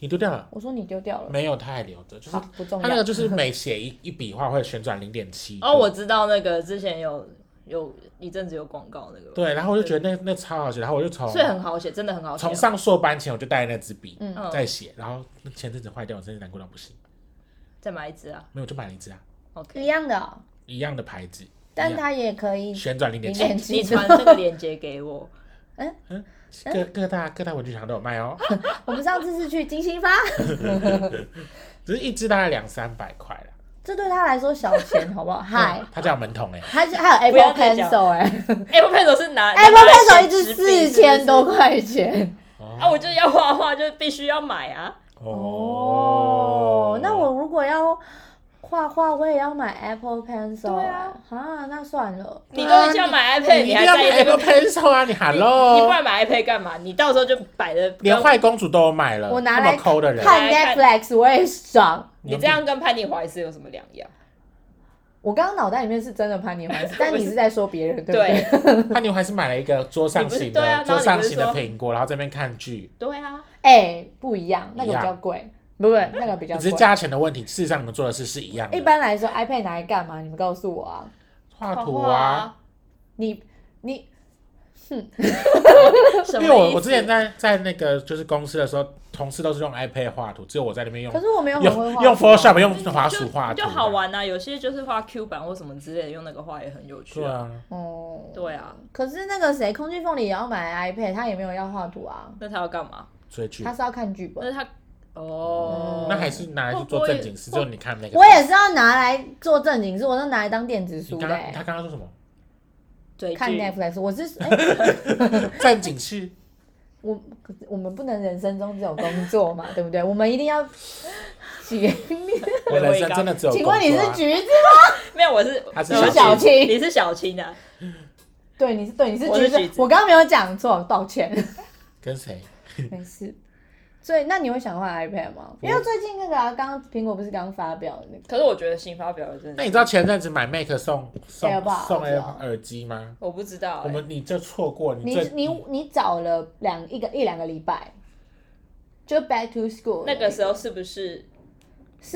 B: 你丢掉了。
A: 我说你丢掉了，
B: 没有，他还留着，就是
A: 好不重
B: 他那个
A: 要。
B: 就是每写一一笔画会旋转零点七。
C: <laughs> 哦，我知道那个之前有有一阵子有广告那个，
B: 对，然后我就觉得那那超好写，然后我就从
C: 所以很好写，真的很好写
B: 从，上硕班前我就带那支笔
A: 嗯
C: 嗯
B: 在写，然后前阵子坏掉，我真是难过到不行，
C: 再买一支啊
B: 没有我就买了一支啊，
A: 一
C: ，OK，
A: 样的哦，
B: 一样的牌子，
A: 但
B: 一样
A: 它也可以
B: 旋转零点
A: 零
B: 七
A: 点，
C: 你
A: <laughs>
C: 传那个链接给我，
B: 各各大各大文具行都有卖哦，
A: 我们上次是去金星发，
B: 只是一支大概两三百块啦。
A: 这对他来说小钱，好不好？嗨
B: 嗯，，他叫门童哎，
A: 还是还有
C: 不要
A: Apple
C: 再讲
A: Pencil 哎
C: Apple Pencil 是拿
A: ，Apple
C: 拿来写
A: Pencil 一支
C: 纸笔
A: 四
C: 是不是
A: 千多块钱
B: 哦
C: 啊，我就是要画画，就必须要买啊。
A: 哦。那我如果要画画，我也要买 Apple Pencil
C: 对
A: 哎
C: 啊，
A: 啊，那算了，
C: 你都已经要买 iPad，
B: 你
C: 你
B: 一定
C: 还
B: 要
C: 在
B: 买
C: 意这
B: Apple
C: 个？
B: Pencil 啊，你
C: 你不
B: Hello，
C: 然买 iPad 干嘛？你到时候就摆的，
B: 连坏公主都有买了，
A: 我拿
B: 那么
A: 来
B: 抠的人，
A: 看
C: 看
A: Netflix 我也爽。
C: 你
B: <laughs>
C: 这样跟潘妮怀斯有什么两样？
A: 我刚刚脑袋里面是真的潘
C: <laughs>
A: 妮怀斯，但你是在说别人，对不
C: 对
A: 对？
B: 他牛还是买了一个桌上
C: 你
B: 型
C: 不是对啊
B: 的
C: 然后
B: 桌上型
C: 你
B: 的
C: 不
B: 苹果，然后这边看剧，
C: 对啊，
A: 哎，不一样，那个
B: 一
A: 比
B: 样嗯
A: 较贵，不对，那个比较
B: 只是
A: 贵。
B: 价钱的问题。事实上，你们做的事是一样的。
A: 一般来说，iPad 拿来干嘛？你们告诉我啊！
B: 画
C: 画
B: 图
C: 画
B: 啊，，
A: 你你
C: 什
B: 因
C: 么
B: 为我
C: 意
B: 我
C: 思
B: 之前在在那个就是公司的时候，同事都是用 iPad 画图，只有我在那边用
A: 可是我没有很会
B: 用
A: 画，啊
B: 用 Photoshop 用滑
C: 啊就
B: 鼠画图，
C: 就好。玩啊。有些就是画 Q 版或什么之类的，用那个画也很有趣
B: 对。啊，
A: 哦，
C: 对啊，
A: 可是那个谁，空气凤梨也要买 iPad，他也没有要画图啊，
C: 那他要干嘛？
B: 追剧
A: 他是要看剧
C: 那
A: 本。
C: 他哦，
B: 那还是拿来去做正经事，就你看那个。
A: 我也是要拿来做正经事，我都拿来当电子
B: 你
A: 书
B: 刚
A: 的、
B: 刚他
A: 欸。
B: 刚刚说什么？
C: 追
A: 看
C: 剧
A: Netflix，我是、哎，
B: 正经事，
A: 我可是我们不能人生中只有工作嘛，对不对？我们一定要举例。
B: 我人生真的只有
A: 请问你
B: 工作
A: 是
B: 啊
A: 橘子？
C: 没有，我是
B: 他是
A: 你是
B: 小
A: 小
B: 青
A: 青？
C: 你是小青啊，
A: 对，你是对，你是
C: 我是
A: 橘
C: 橘
A: 子
C: 子。
A: 我刚刚没有讲错，
B: <laughs>
A: 抱歉，
B: 跟谁？
A: 没事。所以，那你会想换 iPad 吗？因为最近那个啊，刚刚苹果不是刚发表的那个，
C: 可是我觉得新发表的真
B: 那
C: 的
B: 你知道前阵子买 Mac 送送
A: AirPods
B: 送
A: 我知道
B: Air 耳机吗？
C: 我不知道欸，
B: 我们你就错过你
A: 你
B: 最
A: 你你找了两一个一两个礼拜，就 back to school
C: 那个时候是不是有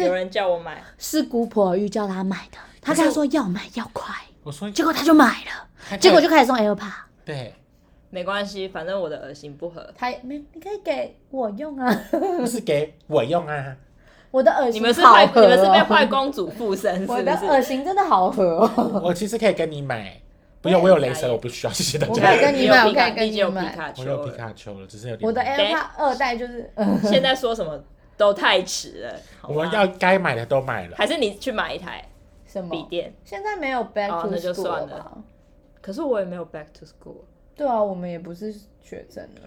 A: 是
C: 人叫我买？
A: 是姑婆玉叫他买的，他
B: 可是
A: 跟他说要买要快，
B: 我说
A: 结果他就买了，
B: 他
A: 结果就开始送 AirPod。
B: 对，
C: 没关系，反正我的耳型不合。
A: 他没，你可以给我用啊，
B: 不是给我用
A: <laughs>
B: 啊，
A: 我的耳
C: 你
A: 型
C: 们是
A: 好
C: 坏，
A: 合、哦、
C: 你们是被
A: <laughs>
C: 坏公主附身，是不
A: 我的
C: 是？
A: 耳型真的好合哦。
C: <laughs>
B: 我其实可以跟你买，不
C: 我也
B: 用，我有
C: 很
B: 雷
C: 傻
B: 神了，
C: 眼
B: 我不需要，谢谢大
A: 我
B: 家
A: 可以。跟你
C: 啊有皮
A: 买我
C: 卡
A: 可以跟
C: 已
A: 你
C: 经有皮
A: 买
C: 卡丘
B: 我有皮
C: 了。
B: 卡丘了，只是有点
A: 我的
B: 麻烦
C: <laughs>
A: AirPod 二代就是，嗯
C: 现在说什么都太迟了。好
B: 我
A: 啊
C: 吧
B: 们要该买的都买了，
C: 还是你去买一台
A: 什么
C: 笔电？
A: 现在没有 back
C: 哦
A: to school
C: 那就算了
A: 了吧
C: 可是我也没有 back to school，
A: 对啊，我们也不是学生了。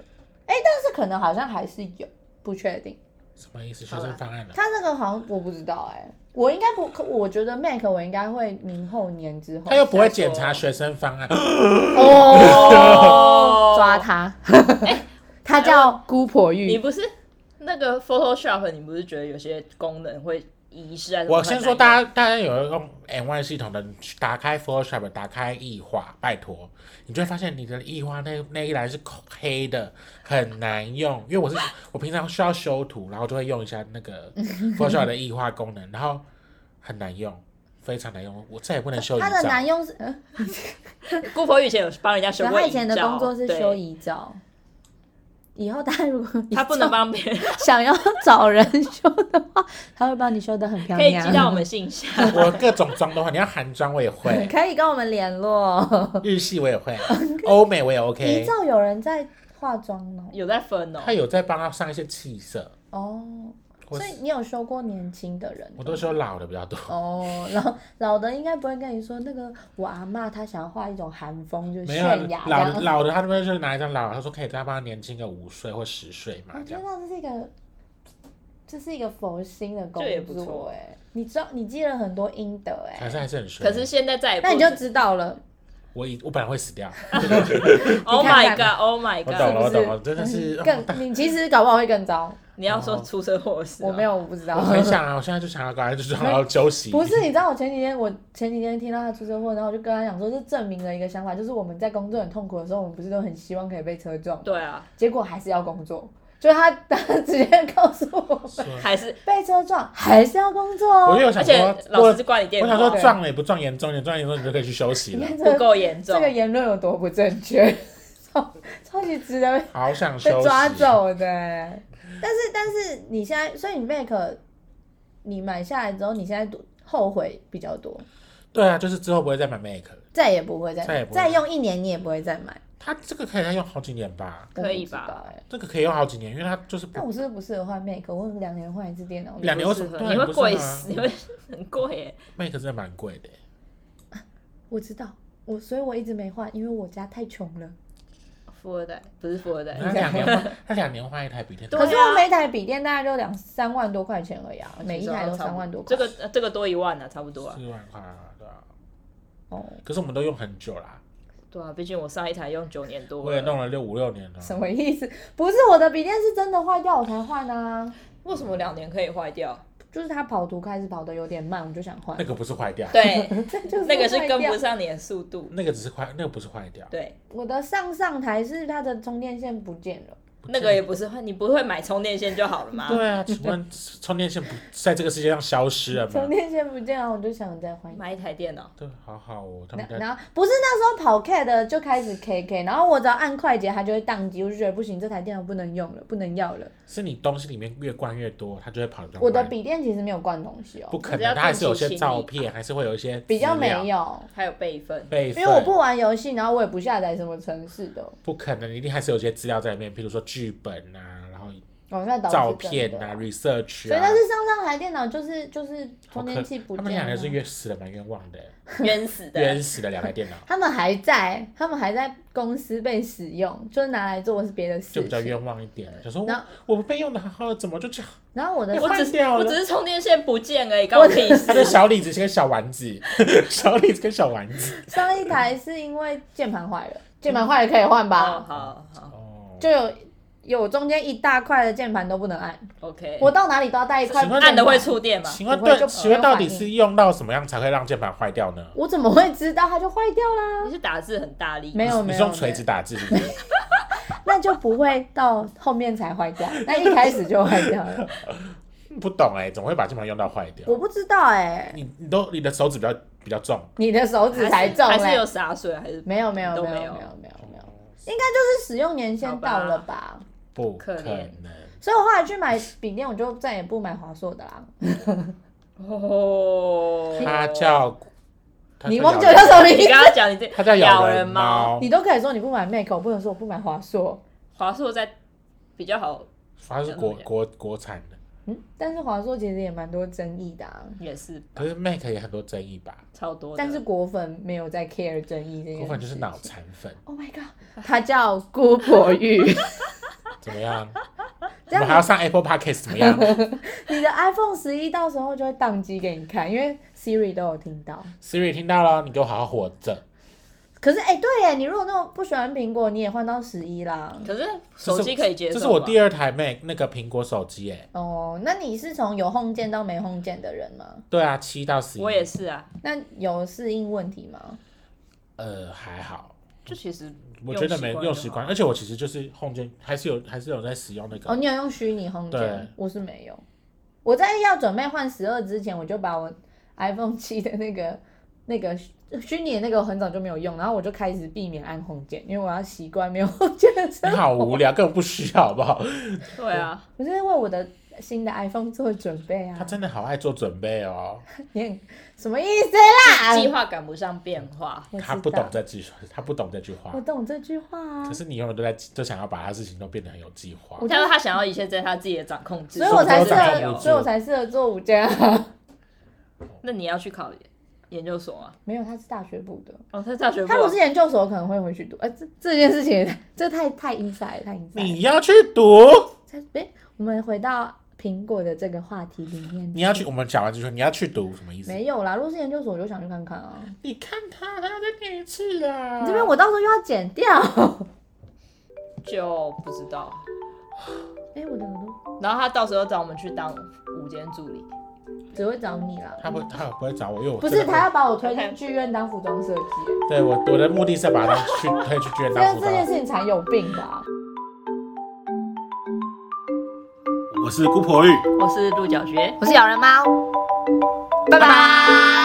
A: 哎、但是可能好像还是有，不确定。
B: 什么意思？学
C: 好啦
B: 生方案了，
A: 他那个好像我不知道哎、我应该不，可我觉得 Mac 我应该会明后年之后。 <laughs>
B: 他又不会
C: 再说
B: 检查学生方案。
A: 哦，抓他！ <laughs> 他叫姑婆
C: 哎你
A: 玉。
C: 不是那个 Photoshop，你不是觉得有些功能会遗失还是什么
B: 我
C: 很难
B: 先
C: 用？
B: 说，大家大家有用 N Y 系统的，打开 Photoshop，打开异化，拜托，你就会发现你的异化那那一栏是空黑的，很难用。因为我是我平常需要修图，然后就会用一下那个 Photoshop 的异化功能，然后很难用，非常难用，我再也不能修遗
A: 他的
B: 照。
A: 男佣是，呃
C: 顾婆以前有帮人家修
A: 然后
C: 过
A: 他以前的
C: 遗照
A: 工作是
C: 对
A: 修遗照。以后他如果
C: 他不能帮别人，
A: <laughs> 想要找人修的话，他会帮你修的很漂
C: 可以
A: 亮。，
C: 寄到我们信箱。
B: 我各种妆都会，你要韩妆我也会
A: <laughs> 可以跟我们联络。
B: 日系我也会，欧美我也
A: 遗
B: OK。
A: 照有人在化妆哦。
C: 有在分哦
B: 他，有在帮他上一些气色，
A: 哦，
B: 我
A: 所以你有修过年轻的人？
B: 我都修老的比较多。
A: 哦，老老的应该不会跟你说那个我阿嬷她想要画一种韩风，就
B: 没有啊
A: 泫雅这
B: 老的
A: 样。
B: 老的，他那边就是拿一张老的，他说可以再帮他年轻个五岁或十岁嘛
A: 我，
B: 这
A: 觉
B: 样
A: 得。这是一个，这是一个佛心的工
C: 这也不
A: 作
C: 错
A: 哎、你知道你积了很多阴德哎、
B: 可是还是很衰。
C: 可是现在再也不。
A: 那你就知道了。
B: 我以我本来会死
A: <laughs>
B: 掉，
C: Oh
A: 你
C: my
A: 看看
C: god，Oh my
B: 我懂了，我
C: god！
A: 是不是嗯
B: 懂了，真的是。 <laughs> 哦
A: 更你其实搞不好会更糟，
C: 你要说出车祸
B: 啊
C: 哦是？
A: 我没，有，我不知道
B: <laughs> 我。很想啊，我现在就想要赶快就是好好休息。
A: 不是，你知道我前几天我前几天听到他出车祸，然后我就跟他讲说，这证明了一个想法，就是我们在工作很痛苦的时候，我们不是都很希望可以被车撞，
C: 对啊，
A: 结果还是要工作。就他 <laughs> 他直接告诉我们，
B: 说，
C: 还是
A: 被车撞还是要工作
B: 我
A: 哦。
B: 就有
C: 而
B: 想
C: 且
B: 说，
C: 老师
B: 我
C: 是关你电
B: 我
C: 话
B: 想说
A: 对
B: 撞了也不撞严重一点，撞严重你就可以去休息
A: 你
B: 了
A: 看。这
C: 不
A: 个
C: 够严重
A: 这，个言论有多不正确，超超级值得
B: 好想
A: <laughs> 被
B: 休息。
A: 抓走的。但是但是你现在，所以你 Mac 你买下来之后，你现在多后悔比较多，
B: 对啊，就是之后不会再买 Make。
A: 再也不会再
B: 再也不会
A: 再用一年，你也不会再买。
B: 它这个可以再用好几年吧？
A: 我不
C: 可以
A: 知道
C: 吧
A: 欸？
B: 这个可以用好几年，因为它就是不
A: 那我是不是不适合换 Mac？我两年换一次电脑，
B: 两年
C: 不适
B: 为什么对啊
C: 合你
B: 你
C: 会
B: 不是
C: 贵
B: 吗
C: 死，你会很贵耶。
B: Make 真的蛮贵的。
A: 我知道，我所以我一直没换，因为我家太穷了。
C: 富二代不是富二代，
B: 它两年
A: <laughs>
B: 换，它两年换一台笔电，
C: 对啊
A: 可是我每台笔电大概就两三万多块钱而已啊，每一台都
C: 差不
A: 三万多块。
C: 这个呃这个多一万啊，差不多啊。
B: 四万块啊，对啊。
A: 哦，
B: 可是我们都用很久啦，
C: 对啊，毕竟我上一台用九年多
B: 我也
C: 了。
B: 弄了六五六年了。
A: 什么意思？不是我的笔电是真的坏掉我才换啊，
C: 为什么两年可以坏掉？
A: 就是它跑图开始跑的有点慢，我就想换
B: 那。个不是坏掉，
C: 对，
A: <laughs> 这就是
C: 那个是
A: 坏掉
C: 跟不上你的速度。
B: 那个只是坏，那个不是坏掉。
C: 对，
A: 我的上上台是它的充电线不见了，
C: 那个也不是坏，你不会买充电线就好了吗？
B: 对啊，请问充电线不在这个世界上消失了
A: <laughs> 充
B: 吗？
A: 电线不见了，我就想再换一台。
C: 买一台电脑，
B: 对，好好哦，他们
A: 然
B: 在
A: 然后不是那时候跑 K 的就开始 KK，然后我只要按快捷，它就会宕机，我就觉得不行，这台电脑不能用了，不能要了。
B: 是你东西里面越灌越多，它就会跑得更
A: 我的
B: 快
A: 笔电其实没有灌东西
B: 不
A: 哦，
B: 可
C: 你只
B: 能，
C: 要
B: 它还
C: 定
B: 是有
C: 期清
B: 些
C: 理
B: 照
C: 吧
B: 片，还是会有一些资
A: 啊比较没
B: 料
A: 有，
C: 还有备份。
B: 备份，
A: 因为我不玩游戏，然后我也不下载什么城市的，
B: 不可能，一定还是有些资料在里面，譬如说剧本啊，然后
A: 哦，那倒是
B: 照
A: 真
B: 片
A: 的
B: 啊，research
A: 所以
B: 啊
A: 那。是上上台电脑，就是就是
B: 好
A: 充
B: 可
A: 电器不
B: 他们
A: 见
B: 两
A: 了啊
B: 个。是冤死的，蛮冤枉的，
C: 冤死
B: <laughs>
C: 的，
B: 冤死的两台电脑，
A: 他们还在，他们还在公司被使用，就是拿来做是别的
B: 就
A: 事
B: 比较
A: 情。
B: 冤枉一点。想说
A: 然
B: 我我们备用的好好的，怎么就这样？
A: 然后我的
B: 你
C: 我只
B: 换
C: 是
B: 掉
C: 我
B: 了
C: 只是充电线不见而已，关我屁
A: <laughs>
B: 它的
C: 事。哦
B: 小李子是个小丸子， <laughs> 小李子跟小丸子。
A: 上一台是因为键盘坏了，键
B: 嗯
A: 盘坏了可以换
C: 好
A: 吧？
C: 好好
B: 哦，
A: 就有有中间一大块的键盘都不能按，
C: ，OK。
A: 我到哪里都要带一块。
B: 请问
C: 按的会，触电吗？
B: 请问
A: 不会
B: 对，
A: 就
B: 请问到底
A: 不会有反
B: 是用到什么样才会让键盘坏掉呢？
A: 我怎么会知道它就坏掉啦？
C: 你是打字很大力，
A: 没有
B: 你
A: 没
B: 是
A: 有，
B: 用锤子打字是不是？
A: 那就不会到后面才坏掉，那一开始就坏掉
C: <laughs>
A: 了。
B: 不懂哎，怎么会把键盘用到坏掉？
A: 我不知道哎、
B: 你你都你的手指比较比较重，
A: 你的手指才重
C: 还
A: 嘞、
C: 是有洒水还是
A: 没有没有
C: 都
A: 没有
C: 没
A: 没
C: 有
A: 有没有没有，就是使用年限到了吧？
B: 不
C: 可
B: 可
C: 怜
B: 能。
A: 所以我后来去买笔电，我就再也不买华硕的啦。
C: 哦，
B: 它叫它
A: 你
B: 叫
A: 忘
B: 咬
A: 记我
B: 人
A: 叫什么名
C: 你
A: 字？
C: 刚刚讲你这
B: 它叫
C: 咬
B: 人
C: 猫，
B: 猫
A: 你，都可以说你不买 Mac，我不能说我不买华硕。
C: 华硕在比较好，
B: 它是国国国产的，
A: 嗯，但是华硕其实也蛮多争议的、啊，
C: 也是
B: 可是 Mac 也很多争议吧？
C: 超多的。
A: 但是果粉没有在 care 争议这件事。
B: 部分就是脑。残粉，
A: Oh my god，它叫姑婆
B: <laughs>
A: 玉。
B: 怎么
A: <laughs>
B: 样？我
A: 这
B: 们还要
A: 样
B: 上 Apple Podcast 怎么
A: <laughs>
B: 样
A: 你你的 iPhone 十一到时候就会宕机给你看，因为 Siri 都有听到。
B: ？Siri 听到了，你给我好好活着。
A: 可是哎、对耶，你如果那种不喜欢苹果，你也换到十一啦。
C: 可是手机可以接受
B: 这
C: 吧，
B: 是我第二台 Mac 那个苹果手机哎，
A: 哦，那你是从有 home 键到没 home 键的人吗？
B: 对啊，七到十一，
C: 我也是啊，
A: 那有适应问题吗？
B: 呃还好，
C: 就其实
B: 我觉得没
C: 用
B: 用
C: 习
B: 习
C: 惯
B: 惯，
C: 就
B: 而且
C: 好
B: 我其实就是空间还是有还是有在使用那个，
A: 哦，你有用虚拟 home
B: 对
A: 键，我是没有。我在要准备换十二之前，我就把我 iPhone 七的那个那个虚虚拟的那个我很早就没有用，然后我就开始避免按 home 键，因为我要习惯没有 home 键的
B: 你
A: 生
B: 好
A: 活。
B: 无聊，根本不需要好不好？
C: 对啊，
A: 我是在为我的新的 iPhone 做准备
B: 他
A: 啊！
B: 真的好爱做准备哦，
A: 你很什么意思啦？
C: 计划赶不上变化，
A: 我知
B: 他不
A: 道
B: 懂，这句，他不懂这句话
A: 我，懂这句话啊
B: 可，是你永远都在都想要把他事情都变得很有计划
A: 我。
C: 他说他想要一切在他自己的掌控之
A: 所
C: 中，
A: 以我才适
B: 知道
A: 合，所以我才适合做午间啊。 <laughs>
C: 那你要去考研究所啊？
A: 没有，他是大学部的，
C: 哦，他大学部啊
A: 他如果是研究所，可能会回去读。哎、这这件事情也太，这太太 inside，了太 inside 了。
B: 你要去读，
A: 哎、我们回到苹果的这个话题里面。
B: 你要去，我们讲完就说你要去读，什么意思？
A: 没有啦，如果是研究所，我就想去看看啊。
B: 你看他，他要再念一次啊！
A: 你这边我到时候又要剪掉。
C: 就不知道。
A: 哎、我的耳朵
C: 然后他到时候找我们去当午间助理，
A: 只会找你啦。
B: 他不，他不会找我，因为我
A: 不
B: 真
A: 是，
B: 的会
A: 他要把我推进剧院当服装设计，
B: 对我我的目的是要把他
A: <laughs>
B: 去推去剧院
A: 这
B: 当
A: 样
B: 辅
A: 这
B: 导。
A: 件事情才有病吧、
B: 我是姑婆玉。
C: 我是鹿角蕨。
A: 我是咬人猫，拜拜